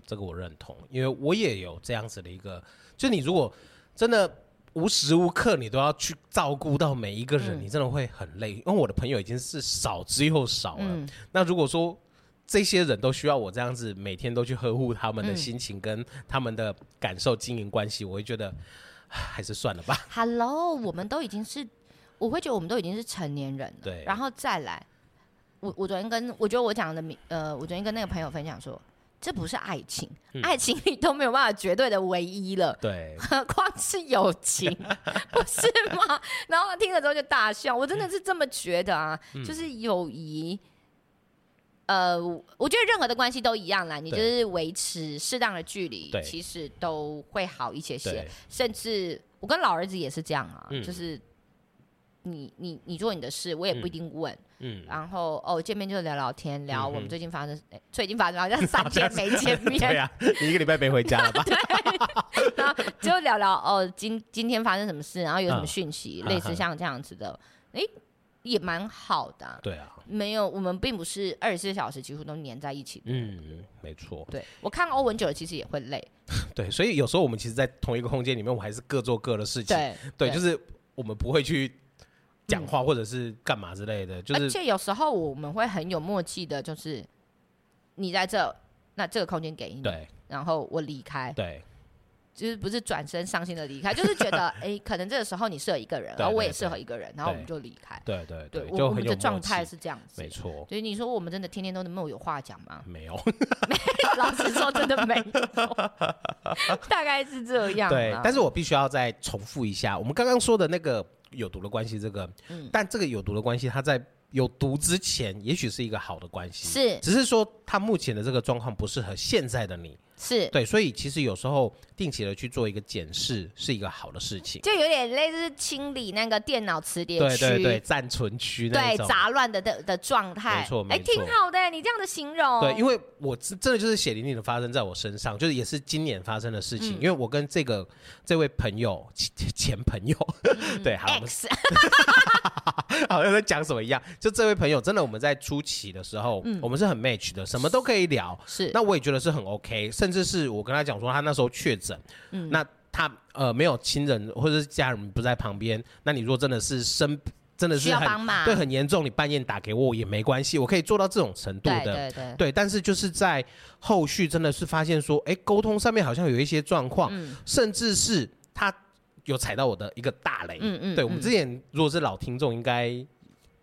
Speaker 2: 这个我认同，因为我也有这样子的一个，就你如果真的无时无刻你都要去照顾到每一个
Speaker 1: 嗯
Speaker 2: 人，你真的会很累。因为我的朋友已经是少之又少了，
Speaker 1: 嗯
Speaker 2: 那如果说这些人都需要我这样子每天都去呵护他们的心情跟他们的感受、经营关系，我会觉得唉还是算了吧。
Speaker 1: Hello，我们都已经是，我会觉得我们都已经是成年人了。
Speaker 2: 对
Speaker 1: 然后再来，我我昨天跟我觉得我讲的明，呃，我昨天跟那个朋友分享说，这不是爱情，
Speaker 2: 嗯
Speaker 1: 爱情你都没有办法绝对的唯一了。
Speaker 2: 对，
Speaker 1: 何况是友情， 不是吗？然后他听了之后就大笑，我真的是这么觉得啊，
Speaker 2: 嗯
Speaker 1: 就是友谊，呃，我觉得任何的关系都一样啦，你就
Speaker 2: 对
Speaker 1: 是维持适当的距离
Speaker 2: 对，
Speaker 1: 其实都会好一些些
Speaker 2: 对。，
Speaker 1: 甚至我跟老儿子也是这样啊，
Speaker 2: 嗯
Speaker 1: 就是你你你做你的事，我也不一定问。
Speaker 2: 嗯，
Speaker 1: 然后哦，见面就聊聊天，聊
Speaker 2: 嗯哼
Speaker 1: 我们最近发生，诶最近发生好 像三天没见
Speaker 2: 对
Speaker 1: 面，
Speaker 2: 啊，你一个礼拜没回家 了吧？
Speaker 1: 然后就聊聊哦，今今天发生什么事，然后有什么
Speaker 2: 嗯
Speaker 1: 讯息，
Speaker 2: 嗯
Speaker 1: 类似
Speaker 2: 嗯
Speaker 1: 像这样子的，诶，也蛮好的啊、
Speaker 2: 对啊，
Speaker 1: 没有，我们并不是二十四小时几乎都黏在一起。
Speaker 2: 嗯，没错。
Speaker 1: 对我看欧文久了，其实也会累。
Speaker 2: 对，所以有时候我们其实，在同一个空间里面，我们还是各做各的事情。
Speaker 1: 对嗯
Speaker 2: 对，就是我们不会去讲话或者是干嘛之类的，就
Speaker 1: 而
Speaker 2: 是
Speaker 1: 且有时候我们会很有默契的，就是你在这，那这个空间给你，
Speaker 2: 对
Speaker 1: 然后我离开，
Speaker 2: 对
Speaker 1: 就是不是转身伤心的离开，就是觉 得哎、可能这个时候你适合一个人，
Speaker 2: 对
Speaker 1: 然后我
Speaker 2: 对
Speaker 1: 也适合
Speaker 2: 对
Speaker 1: 一个人，然后我们就离开。
Speaker 2: 对对
Speaker 1: 对，
Speaker 2: 对，
Speaker 1: 我
Speaker 2: 就
Speaker 1: 我
Speaker 2: 很
Speaker 1: 们
Speaker 2: 有
Speaker 1: 的状
Speaker 2: 默契
Speaker 1: 态是这样子
Speaker 2: 没。错，？
Speaker 1: 所以你说我们真的天天都能没有话讲吗
Speaker 2: 没有
Speaker 1: 老实说，真的没有，大概是这样啦。啊
Speaker 2: 对，但是我必须要再重复一下，我们刚刚说的那个有毒的关系，这个，
Speaker 1: 嗯
Speaker 2: 但这个有毒的关系，它在有毒之前，也许是一个好的关系，
Speaker 1: 是
Speaker 2: 只是说它目前的这个状况不适合现在的你，
Speaker 1: 是，
Speaker 2: 对，所以其实有时候定期的去做一个检视是一个好的事情，
Speaker 1: 就有点类似清理那个电脑磁碟
Speaker 2: 对
Speaker 1: 区，
Speaker 2: 对对，暂存区那一
Speaker 1: 对
Speaker 2: 种，
Speaker 1: 杂乱的的的状态，
Speaker 2: 没错
Speaker 1: 哎，
Speaker 2: 没错
Speaker 1: 挺好的，你这样的形容，
Speaker 2: 对，因
Speaker 1: 为
Speaker 2: 为我真真的就是血淋淋的发生在我身上，就是也是今年发生的事
Speaker 1: 嗯
Speaker 2: 情。因为我跟这个这位朋友前前朋友，
Speaker 1: 嗯
Speaker 2: 对，好，我们
Speaker 1: X 哎
Speaker 2: 好像在讲什么一样。就这位朋友，真的我们在初期的时候，
Speaker 1: 嗯
Speaker 2: 我们是很 match 的，什么都可以聊。
Speaker 1: 是
Speaker 2: 那我也觉得是很 OK，甚至是我跟他讲说，他那时候确诊，
Speaker 1: 嗯
Speaker 2: 那他呃没有亲人或者是家人不在旁边，那你如果真的是生真的
Speaker 1: 需
Speaker 2: 是
Speaker 1: 要
Speaker 2: 很
Speaker 1: 帮忙，
Speaker 2: 对很严重，你半夜打给我也没关系，我可以做到这种程度
Speaker 1: 对
Speaker 2: 的。
Speaker 1: 对对，
Speaker 2: 对，但是就是在后续真的是发现说，哎，沟通上面好像有一些状况，
Speaker 1: 嗯
Speaker 2: 甚至是他有踩到我的一个大雷。
Speaker 1: 嗯嗯
Speaker 2: 对我们
Speaker 1: 嗯
Speaker 2: 之前如果是老听众，应该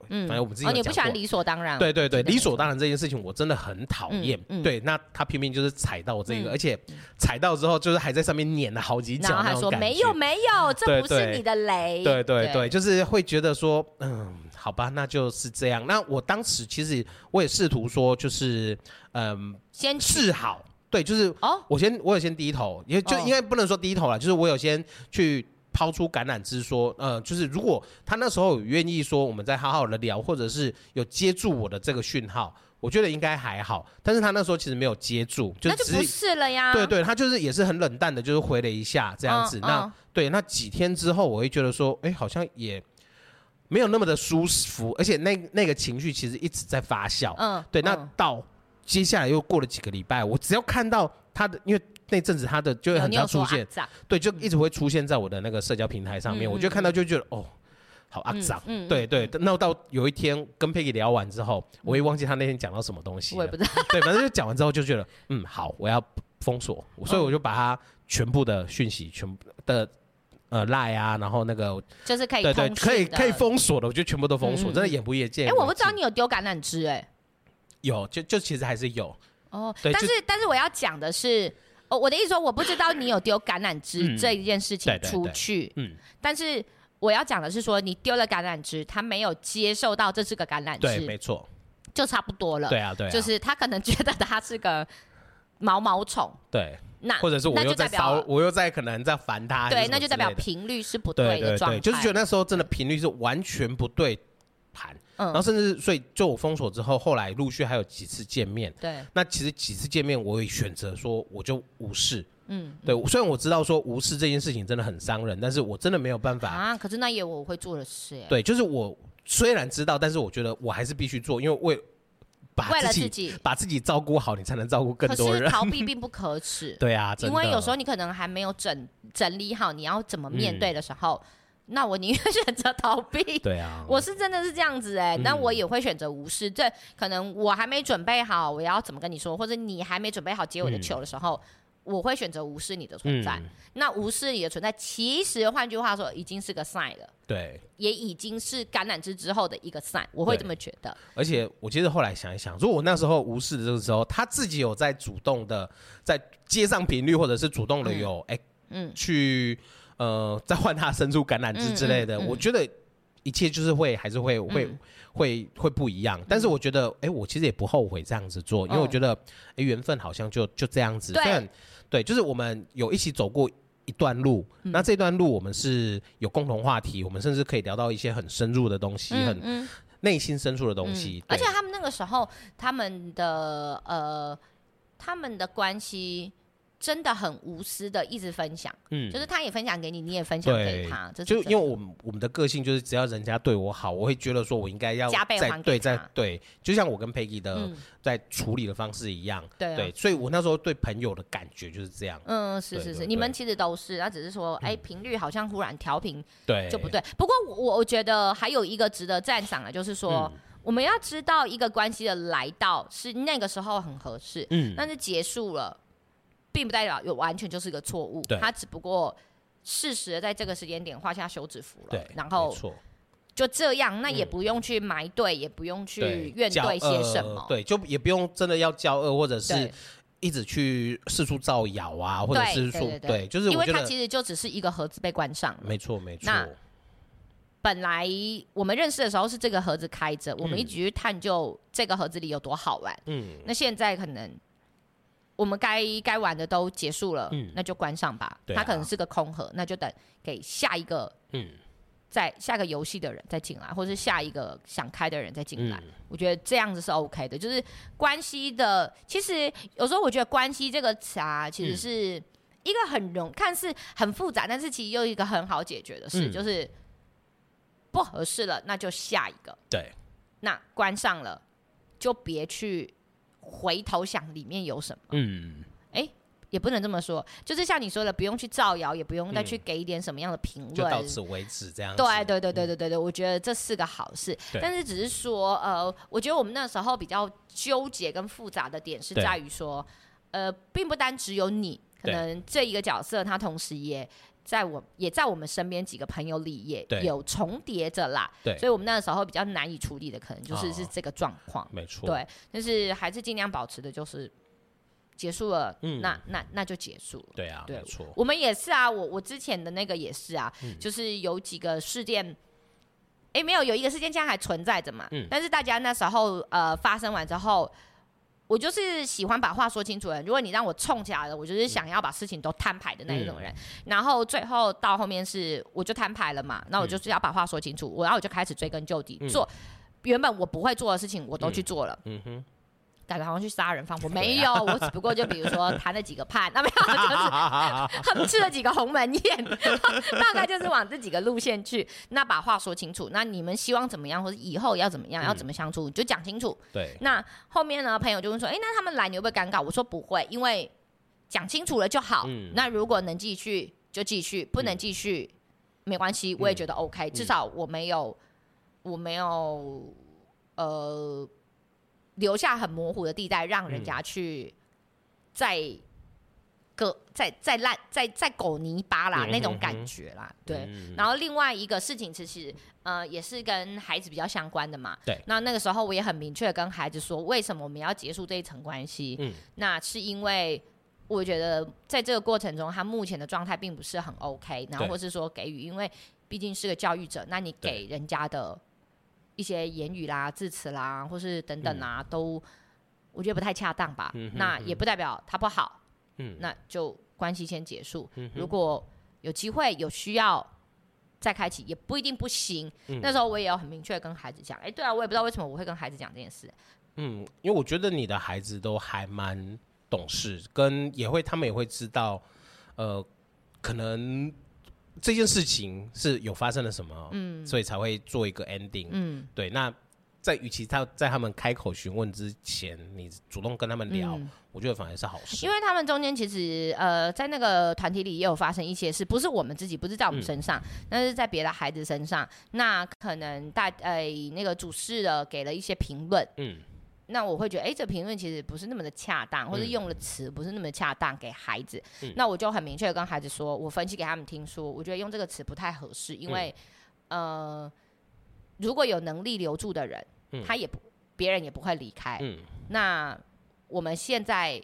Speaker 1: 嗯
Speaker 2: 反正我们自己
Speaker 1: 哦，
Speaker 2: 有
Speaker 1: 你不
Speaker 2: 讲
Speaker 1: 喜欢
Speaker 2: 过
Speaker 1: 理所当然，
Speaker 2: 对对对，
Speaker 1: 记得
Speaker 2: 理所当然这件事情我真的很讨厌。
Speaker 1: 嗯嗯
Speaker 2: 对，那他偏偏就是踩到我这
Speaker 1: 嗯
Speaker 2: 个，而且踩到之后就是还在上面撵了好几脚
Speaker 1: 然后
Speaker 2: 那
Speaker 1: 他
Speaker 2: 种
Speaker 1: 说
Speaker 2: 感觉。
Speaker 1: 没有没 有，这
Speaker 2: 对
Speaker 1: 不是
Speaker 2: 对
Speaker 1: 你的雷，
Speaker 2: 对对对，，就是会觉得说，嗯，好吧，那就是这样。那我当时其实我也试图说，就是嗯，
Speaker 1: 先去
Speaker 2: 示好。对，就是
Speaker 1: 哦，
Speaker 2: 我先我有先低头，也就
Speaker 1: 哦
Speaker 2: 应该不能说低头了，就是我有先去抛出橄榄枝说，呃，就是如果他那时候有愿意说我们再好好的聊，或者是有接住我的这个讯号，我觉得应该还好。但是他那时候其实没有接住，就
Speaker 1: 那就
Speaker 2: 只
Speaker 1: 不
Speaker 2: 是。
Speaker 1: 是了呀，
Speaker 2: 对对，他就是也是很冷淡的，就是回了一下这样子。
Speaker 1: 嗯
Speaker 2: 那
Speaker 1: 嗯
Speaker 2: 对，那几天之后，我会觉得说，哎，好像也没有那么的舒服，而且那那个情绪其实一直在发酵。
Speaker 1: 嗯，
Speaker 2: 对，那
Speaker 1: 嗯
Speaker 2: 到接下来又过了几个礼拜，我只要看到他的，因为那阵子他的就会很
Speaker 1: 你有
Speaker 2: 常出
Speaker 1: 说
Speaker 2: 现
Speaker 1: 肮，脏
Speaker 2: 对，就一直会出现在我的那个社交平台上面，
Speaker 1: 嗯
Speaker 2: 我就看到就觉得哦，好肮脏。对对，那到有一天跟 Peggy 聊完之后，我也忘记他那天讲到什么东西
Speaker 1: 我
Speaker 2: 了
Speaker 1: 也。不知道。
Speaker 2: 对，反正就讲完之后就觉得，嗯，好，我要封锁，所以我就把他全部的讯息、全部的呃赖啊，然后那个
Speaker 1: 就是可以
Speaker 2: 对对，
Speaker 1: 通
Speaker 2: 可以
Speaker 1: 讯的
Speaker 2: 可以。封锁的，我就全部都封锁，
Speaker 1: 嗯
Speaker 2: 真的眼不夜见。
Speaker 1: 哎，我不知道
Speaker 2: 眼
Speaker 1: 你有丢橄榄枝哎、
Speaker 2: 不见有，就就其实还是有，
Speaker 1: 哦，
Speaker 2: 对
Speaker 1: 但
Speaker 2: 就是
Speaker 1: 但是我要讲的是，哦，我的意思说，我不知道你有丢橄榄枝
Speaker 2: 嗯
Speaker 1: 这一件事情
Speaker 2: 对对
Speaker 1: 出
Speaker 2: 对
Speaker 1: 去，
Speaker 2: 嗯，
Speaker 1: 但是我要讲的是说，你丢了橄榄枝，他没有接受到这是个橄榄
Speaker 2: 对，
Speaker 1: 枝，
Speaker 2: 没错，
Speaker 1: 就差不多了。
Speaker 2: 对啊，对啊，
Speaker 1: 就是他可能觉得他是个毛毛虫，
Speaker 2: 对，
Speaker 1: 那
Speaker 2: 或者是我
Speaker 1: 啊那
Speaker 2: 又
Speaker 1: 就
Speaker 2: 在
Speaker 1: 代表
Speaker 2: 骚，我又在可能在烦他，还
Speaker 1: 对，
Speaker 2: 是什
Speaker 1: 那
Speaker 2: 么
Speaker 1: 就代表
Speaker 2: 之类的
Speaker 1: 频率是不
Speaker 2: 对
Speaker 1: 的
Speaker 2: 对
Speaker 1: 状态，
Speaker 2: 对，就是觉得那时候真的频率是完全不对盘，然后
Speaker 1: 嗯，
Speaker 2: 甚至所以就我封锁之后，后来陆续还有几次见面。
Speaker 1: 对，
Speaker 2: 那其实几次见面，我也选择说我就无视。
Speaker 1: 嗯
Speaker 2: 对，虽然我知道说无视这件事情真的很伤人，但是我真的没有办法。
Speaker 1: 啊，可是那也我会做的事哎，
Speaker 2: 对，就是我虽然知道，但是我觉得我还是必须做，因为为把
Speaker 1: 为了
Speaker 2: 自己
Speaker 1: 自己，
Speaker 2: 把自己照顾好，你才能照顾更
Speaker 1: 可
Speaker 2: 多
Speaker 1: 是
Speaker 2: 人。，
Speaker 1: 逃避并不可耻
Speaker 2: 对啊，真
Speaker 1: 因
Speaker 2: 的
Speaker 1: 为有时候你可能还没有整整理好你要怎么面对的时候，那我宁愿选择逃避。
Speaker 2: 对啊，
Speaker 1: 我是真的是这样子哎、
Speaker 2: 嗯
Speaker 1: 那我也会选择无视。这可能我还没准备好，我要怎么跟你说，或者你还没准备好接我的
Speaker 2: 嗯
Speaker 1: 球的时候，我会选择无视你的存在。那无视你的存在，其实换句话说，已经是个 sign 了，
Speaker 2: 对，
Speaker 1: 也已经是橄榄枝之后的一个 sign。我会
Speaker 2: 对
Speaker 1: 这么觉得。
Speaker 2: 而且我其实后来想一想，如果我那时候无视的这个时候，他自己有在主动的在接上频率，或者是主动的有哎、
Speaker 1: 嗯
Speaker 2: 去呃再换他伸出橄榄枝之类的，
Speaker 1: 嗯嗯嗯
Speaker 2: 我觉得一切就是会还是会会、
Speaker 1: 嗯
Speaker 2: 会会不一样。但是我觉得哎、我其实也不后悔这样子做，因为
Speaker 1: 嗯
Speaker 2: 我觉得哎缘、分好像就就这样子。
Speaker 1: 对
Speaker 2: 虽然对，就是我们有一起走过。一段路，
Speaker 1: 嗯
Speaker 2: 那这段路我们是有共同话题，我们甚至可以聊到一些很深入的东西，很
Speaker 1: 嗯
Speaker 2: 内心深处的东
Speaker 1: 嗯。
Speaker 2: 西
Speaker 1: 而
Speaker 2: 对
Speaker 1: 且他们那个时候，他们的呃，他们的关系真的很无私的，一直分享，
Speaker 2: 嗯
Speaker 1: 就是他也分享给你，你也分享给
Speaker 2: 对
Speaker 1: 他，这是
Speaker 2: 就
Speaker 1: 真
Speaker 2: 因为
Speaker 1: 的
Speaker 2: 我们我们的个性就是，只要人家对我好，我会觉得说我应该要
Speaker 1: 加倍
Speaker 2: 再
Speaker 1: 还给
Speaker 2: 对
Speaker 1: 他
Speaker 2: 再对，就像我跟 Peggy 的
Speaker 1: 嗯，
Speaker 2: 在处理的方式一样，
Speaker 1: 对啊
Speaker 2: 呃对，所以我那时候对朋友的感觉就是这样，
Speaker 1: 嗯，是
Speaker 2: 对
Speaker 1: 是
Speaker 2: 对
Speaker 1: 是，
Speaker 2: 对
Speaker 1: 你们其实都是，那只是说，哎，频率好像忽然调频
Speaker 2: 对，
Speaker 1: 就不对。不过我我我觉得还有一个值得赞赏的，就是
Speaker 2: 嗯
Speaker 1: 说。我们要知道一个关系的来到是那个时候很合适，
Speaker 2: 嗯，
Speaker 1: 但是结束了，并不代表有完全就是个错误
Speaker 2: 对，
Speaker 1: 它只不过适时的在这个时间点画下休止符了
Speaker 2: 对，，
Speaker 1: 然
Speaker 2: 没
Speaker 1: 后
Speaker 2: 错，
Speaker 1: 就这样，那也
Speaker 2: 嗯
Speaker 1: 不用去埋对，也不用去
Speaker 2: 对，
Speaker 1: 怨
Speaker 2: 交
Speaker 1: 对些什
Speaker 2: 恶
Speaker 1: 么，
Speaker 2: 对，就也不用真的要交恶，或者是
Speaker 1: 对，
Speaker 2: 一直去四处造谣啊，或者
Speaker 1: 对
Speaker 2: 是
Speaker 1: 对
Speaker 2: 说
Speaker 1: 对对
Speaker 2: 对，就是
Speaker 1: 因
Speaker 2: 我
Speaker 1: 为
Speaker 2: 觉
Speaker 1: 它
Speaker 2: 得
Speaker 1: 其实就只是一个盒子被关上了。
Speaker 2: 没错没错，
Speaker 1: 那本来我们认识的时候是这个盒子开着，我们
Speaker 2: 嗯
Speaker 1: 一直去探究这个盒子里有多好玩。
Speaker 2: 嗯，
Speaker 1: 那现在可能我们该该玩的都结束了，
Speaker 2: 嗯
Speaker 1: 那就关上吧。
Speaker 2: 对啊
Speaker 1: 它可能是个空盒，那就等给下一个
Speaker 2: 嗯
Speaker 1: 在下个游戏的人再进来，或是下一个想开的人再进来。
Speaker 2: 嗯
Speaker 1: 我觉得这样子是 OK 的，就是关系的。其实有时候我觉得“关系”这个词啊，其实
Speaker 2: 嗯
Speaker 1: 是一个很容看似很复杂，但是其实又一个很好解决的事，
Speaker 2: 嗯
Speaker 1: 就是不合适了，那就下一个。
Speaker 2: 对，
Speaker 1: 那关上了，就别去回头想里面有什么，
Speaker 2: 嗯
Speaker 1: 也不能这么说。就是像你说的，不用去造谣，也不用再
Speaker 2: 嗯
Speaker 1: 去给一点什么样的评
Speaker 2: 就到
Speaker 1: 论。
Speaker 2: 此为止这样子，
Speaker 1: 对对对对对对对，我觉得这是个好事，
Speaker 2: 对
Speaker 1: 但是只是说，呃，我觉得我们那时候比较纠结跟复杂的点是
Speaker 2: 对
Speaker 1: 在于说，呃，并不单只有你，可
Speaker 2: 对
Speaker 1: 能这一个角色他同时也在我也在我们身边几个朋友里也
Speaker 2: 对
Speaker 1: 有重叠着啦，
Speaker 2: 对
Speaker 1: 所以我们那时候比较难以处理的，可能就是
Speaker 2: 哦
Speaker 1: 是这个状况，
Speaker 2: 没错，
Speaker 1: 对，但是还是尽量保持的就是结束了，
Speaker 2: 嗯
Speaker 1: 那那那就结束了。
Speaker 2: 对啊，
Speaker 1: 对
Speaker 2: 没错，
Speaker 1: 我们也是啊，我我之前的那个也是啊，
Speaker 2: 嗯
Speaker 1: 就是有几个事件，哎，没有有一个事件现在还存在着嘛，
Speaker 2: 嗯
Speaker 1: 但是大家那时候呃发生完之后。我就是喜欢把话说清楚的人。如果你让我冲起来了，我
Speaker 2: 嗯
Speaker 1: 就是想要把事情都摊牌的那一种人。然后最后到后面是，我就摊牌了嘛。那我就是要把话说清楚，我然后我就开始追根究底，
Speaker 2: 嗯嗯
Speaker 1: 做原本我不会做的事情，我都去做了。
Speaker 2: 嗯哼，啊
Speaker 1: 感觉好像去杀人放火，没有，我只不过就比如 说谈了几个判，那没有，就是 哼吃了几个鸿门宴， 大概就是往这几个路线去。那把话说清楚，那你们希望怎么样，或者以后要怎么样，
Speaker 2: 嗯
Speaker 1: 要怎么相处，你就讲清楚。
Speaker 2: 对，
Speaker 1: 那后面呢，朋友就问说，哎、那他们来你会不会尴尬？我说不会，因为讲清楚了就好。
Speaker 2: 嗯
Speaker 1: 那如果能继续就继续，不能继续、没关
Speaker 2: 嗯
Speaker 1: 系，我也觉得 OK，、至少我没有我没有呃留下很模糊的地带，让人
Speaker 2: 嗯
Speaker 1: 家去再个再再烂再再狗泥巴啦、
Speaker 2: 嗯
Speaker 1: 那种
Speaker 2: 哼
Speaker 1: 感
Speaker 2: 哼
Speaker 1: 觉啦，对。
Speaker 2: 嗯
Speaker 1: 然后另外一个事情，其实呃也是跟孩子比较相关的嘛。
Speaker 2: 对
Speaker 1: 那那个时候我也很明确地跟孩子说，为什么我们要结束这一层关系？
Speaker 2: 嗯
Speaker 1: 那是因为我觉得在这个过程中，他目前的状态并不是很 OK，然后
Speaker 2: 对
Speaker 1: 或是说给予，因为毕竟是个教育者，那你
Speaker 2: 对
Speaker 1: 给人家的一些言语啦、字词啦，或是等等啊，都我觉得不太恰当吧。
Speaker 2: 嗯嗯哼
Speaker 1: 那
Speaker 2: 嗯
Speaker 1: 也不代表他不好，
Speaker 2: 嗯
Speaker 1: 那就关系先结束。
Speaker 2: 嗯哼
Speaker 1: 如果有机会有需要再开启，也不一定不行。
Speaker 2: 嗯
Speaker 1: 那时候我也有很明确地跟孩子讲，哎、对啊，我也不知道为什么我会跟孩子讲这件事。
Speaker 2: 嗯，因为我觉得你的孩子都还蛮懂事，跟也会他们也会知道，呃，可能这件事情是有发生了什么，嗯，所以才会做一个 ending，
Speaker 1: 嗯，
Speaker 2: 对，那。在与其他在他们开口询问之前，你主动跟他们聊，
Speaker 1: 嗯
Speaker 2: 我觉得反而是好事。
Speaker 1: 因为他们中间其实呃，在那个团体里也有发生一些事，不是我们自己，不是在我们身上，那、是在别的孩子身上。那可能大呃那个主事的给了一些评论，
Speaker 2: 嗯，
Speaker 1: 那我会觉得，哎，这评论其实不是那么的恰当，或者用的词不是那么恰当给孩子。
Speaker 2: 嗯
Speaker 1: 那我就很明确地跟孩子说，我分析给他们听说，我觉得用这个词不太合适，因为、呃，如果有能力留住的人，
Speaker 2: 嗯
Speaker 1: 他也不别人也不会离开。
Speaker 2: 嗯
Speaker 1: 那我们现在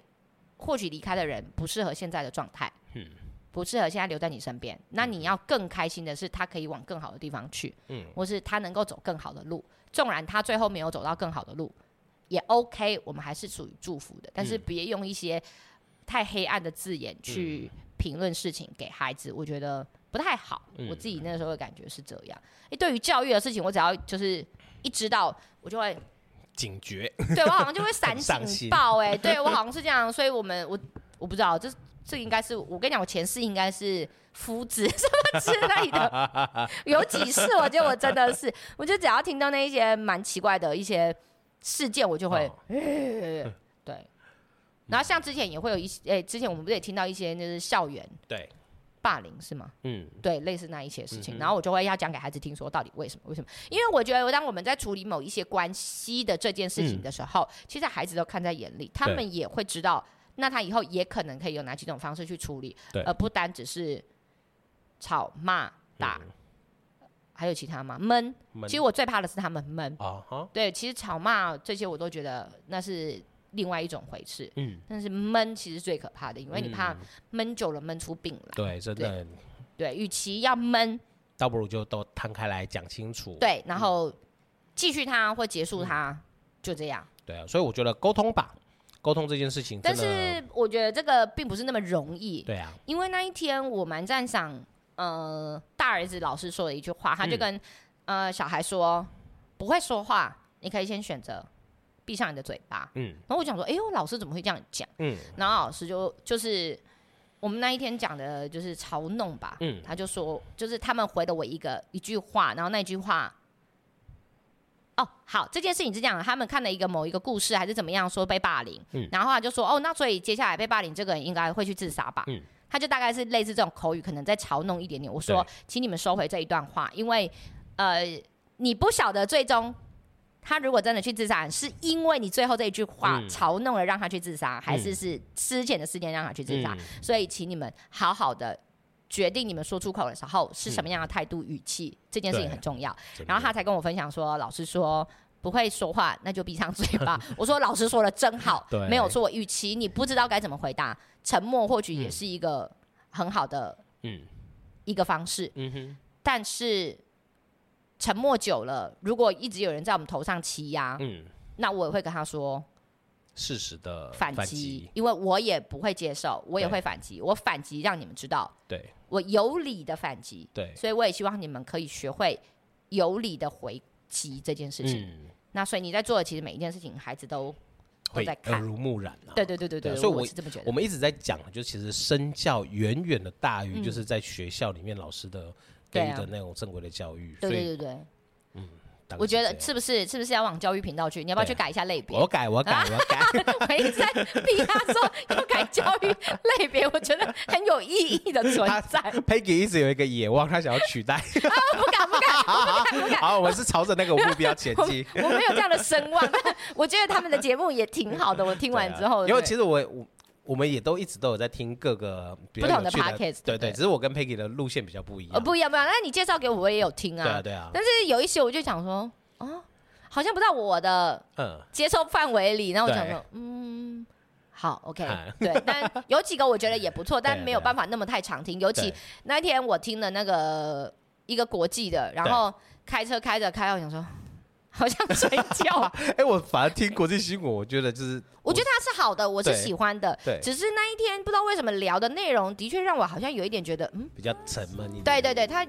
Speaker 1: 或许离开的人不适合现在的状态，
Speaker 2: 嗯
Speaker 1: 不适合现在留在你身边。那你要更开心的是，他可以往更好的地方去，
Speaker 2: 嗯
Speaker 1: 或是他能够走更好的路。纵然他最后没有走到更好的路，也 OK，我们还是属于祝福的。但是
Speaker 2: 嗯
Speaker 1: 别用一些太黑暗的字眼去评论事情给孩子，我觉得不太好。
Speaker 2: 嗯
Speaker 1: 我自己那时候的感觉是这样。诶，对于教育的事情，我只要就是一知道，我就会
Speaker 2: 警觉，
Speaker 1: 对我好像就会闪
Speaker 2: 很上
Speaker 1: 警
Speaker 2: 心
Speaker 1: 报哎、对我好像是这样，所以我们我我不知道，这这应该是我跟你讲，我前世应该是夫子什么之类的，有几世我觉得我真的是，我就只要听到那一些蛮奇怪的一些事件，我就会、
Speaker 2: 哦
Speaker 1: 对。然后像之前也会有一些，哎、之前我们不是也听到一些就是校园
Speaker 2: 对，
Speaker 1: 霸凌是吗？
Speaker 2: 嗯
Speaker 1: 对，类似那一些事情，
Speaker 2: 嗯哼
Speaker 1: 然后我就会要讲给孩子听，说到底为什么？为什么？因为我觉得，当我们在处理某一些关系的这件事情的时候，其实孩子都看在眼里，他
Speaker 2: 嗯对
Speaker 1: 们也会知道，那他以后也可能可以有哪几种方式去处理
Speaker 2: 对，
Speaker 1: 而不单只是吵骂打，还有其他吗？闷。
Speaker 2: 嗯闷
Speaker 1: 其实我最怕的是他们闷。
Speaker 2: 啊哈，
Speaker 1: 对，其实吵骂这些我都觉得那是另外一种回事，
Speaker 2: 嗯，
Speaker 1: 但是闷其实最可怕的，因为你怕
Speaker 2: 嗯
Speaker 1: 闷久了闷出病来。
Speaker 2: 对，真的，
Speaker 1: 对，与其要闷，
Speaker 2: 倒不如就都摊开来讲清楚。
Speaker 1: 对，然后
Speaker 2: 嗯
Speaker 1: 继续它或结束它，就这样。
Speaker 2: 对啊，所以我觉得沟通吧，沟通这件事情
Speaker 1: 但
Speaker 2: 真的，
Speaker 1: 是我觉得这个并不是那么容易，
Speaker 2: 对啊，
Speaker 1: 因为那一天我蛮赞赏呃大儿子老师说的一句话，他就
Speaker 2: 嗯
Speaker 1: 跟、呃小孩说，不会说话，你可以先选择闭上你的嘴巴。
Speaker 2: 嗯
Speaker 1: 然后我想说，哎呦，老师怎么会这样讲？
Speaker 2: 嗯
Speaker 1: 然后老师就就是我们那一天讲的就是嘲弄吧，
Speaker 2: 嗯
Speaker 1: 他就说，就是他们回了我一个一句话，然后那句话，哦，好，这件事情是这样的，他们看了一个某一个故事还是怎么样，说被霸凌，
Speaker 2: 嗯
Speaker 1: 然后他就说，哦，那所以接下来被霸凌这个人应该会去自杀吧，
Speaker 2: 嗯
Speaker 1: 他就大概是类似这种口语，可能在嘲弄一点点。我说
Speaker 2: 对，
Speaker 1: 请你们收回这一段话，因为呃，你不晓得最终。他如果真的去自杀，是因为你最后这一句话
Speaker 2: 嗯
Speaker 1: 嘲弄了让他去自杀，还是是之前的事件让他去自杀？
Speaker 2: 嗯
Speaker 1: 所以，请你们好好的决定你们说出口的时候是什么样的态度、语气，这件事情
Speaker 2: 对
Speaker 1: 很重要。
Speaker 2: 真的
Speaker 1: 然后他才跟我分享说，老师说。不会说话，那就闭上嘴 巴。我说老师说的真好
Speaker 2: 对，
Speaker 1: 没有错。与其你不知道该怎么回答，沉默或许也是一个很好的
Speaker 2: 嗯
Speaker 1: 一个方式。
Speaker 2: 嗯哼，
Speaker 1: 但是沉默久了，如果一直有人在我们头上欺压，
Speaker 2: 嗯，
Speaker 1: 那我也会跟他说，
Speaker 2: 适时的
Speaker 1: 反击
Speaker 2: 击，，
Speaker 1: 因为我也不会接受，我也
Speaker 2: 对
Speaker 1: 会反击，我反击让你们知道
Speaker 2: 对
Speaker 1: 我有理的反击，
Speaker 2: 对，
Speaker 1: 所以我也希望你们可以学会有理的回击这件事情。
Speaker 2: 嗯，
Speaker 1: 那所以你在做的其实每一件事情，孩子都都
Speaker 2: 会
Speaker 1: 在
Speaker 2: 耳
Speaker 1: 看。
Speaker 2: 濡目染啊。
Speaker 1: 对对对对
Speaker 2: 对
Speaker 1: 对，
Speaker 2: 啊所以
Speaker 1: 我
Speaker 2: 我
Speaker 1: 是这么觉
Speaker 2: 我
Speaker 1: 得。
Speaker 2: 们一直在讲，就其实身教远远的大于就是在学校里面老师的给
Speaker 1: 嗯对
Speaker 2: 予
Speaker 1: 啊
Speaker 2: 的那种正规的教育。
Speaker 1: 对
Speaker 2: 所
Speaker 1: 对对
Speaker 2: 以
Speaker 1: 对，
Speaker 2: 大概
Speaker 1: 我
Speaker 2: 是
Speaker 1: 觉
Speaker 2: 这
Speaker 1: 得
Speaker 2: 样
Speaker 1: 是不是是不是要往教育频道去？你要不要
Speaker 2: 对啊
Speaker 1: 去改一下类别？
Speaker 2: 我改我改我改，
Speaker 1: 我一直在逼他说要改教育 类别，我觉得很有意义的存在。
Speaker 2: Peggy 一直有一个野望，他想要 取代。
Speaker 1: 啊不敢不敢不敢不敢，
Speaker 2: 好，我们是朝着那个目标前
Speaker 1: 我
Speaker 2: 进。
Speaker 1: 我没有这样的声望，但我觉得他们的节目也挺好的。我听完
Speaker 2: 对啊
Speaker 1: 之后，
Speaker 2: 因为
Speaker 1: 对
Speaker 2: 其实我我我们也都一直都有在听各个比较
Speaker 1: 不同的
Speaker 2: 有趣
Speaker 1: podcast，对
Speaker 2: 对对，只是我跟 Peggy 的路线比较不一
Speaker 1: 呃
Speaker 2: 样。
Speaker 1: 不一样不一样，那你介绍给我，我也有听
Speaker 2: 对啊
Speaker 1: 啊。
Speaker 2: 对啊，
Speaker 1: 但是有一些我就想说，哦，好像不在我的
Speaker 2: 嗯，
Speaker 1: 接受范围里，然后我想
Speaker 2: 对
Speaker 1: 说，嗯。好，OK，
Speaker 2: 哎
Speaker 1: 对，但有几个我觉得也 不错，但
Speaker 2: 对啊
Speaker 1: 没有
Speaker 2: 对啊
Speaker 1: 办法那么太常听。尤其
Speaker 2: 对
Speaker 1: 那天我听了那个一个国际的，然
Speaker 2: 对
Speaker 1: 后开车开着开到，我想说好像睡觉 啊，
Speaker 2: 哎，我反而听国际新闻，我觉得就是
Speaker 1: 我觉得它是好的，我是
Speaker 2: 对
Speaker 1: 喜欢的。
Speaker 2: 对
Speaker 1: 只是那一天不知道为什么聊的内容，的确让我好像有一点觉得，嗯，
Speaker 2: 比较沉闷一点。
Speaker 1: 对对对，它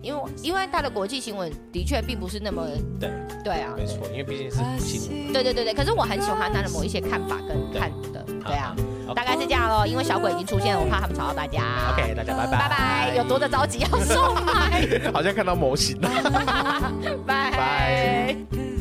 Speaker 1: 因为因为它的国际新闻的确并不是那么
Speaker 2: 对，
Speaker 1: 对啊，
Speaker 2: 没错，因为毕竟是新闻。
Speaker 1: 对对对对。可是我很喜欢他的某一些看法跟看的，对啊，
Speaker 2: 好，
Speaker 1: 大概是这样咯。因为小鬼已经出现了，我怕他们吵到大家。
Speaker 2: OK，大家拜拜，
Speaker 1: 嗯拜拜，有多的着急要送来，
Speaker 2: 好像看到模型了。
Speaker 1: 拜
Speaker 2: 拜。
Speaker 3: Baby.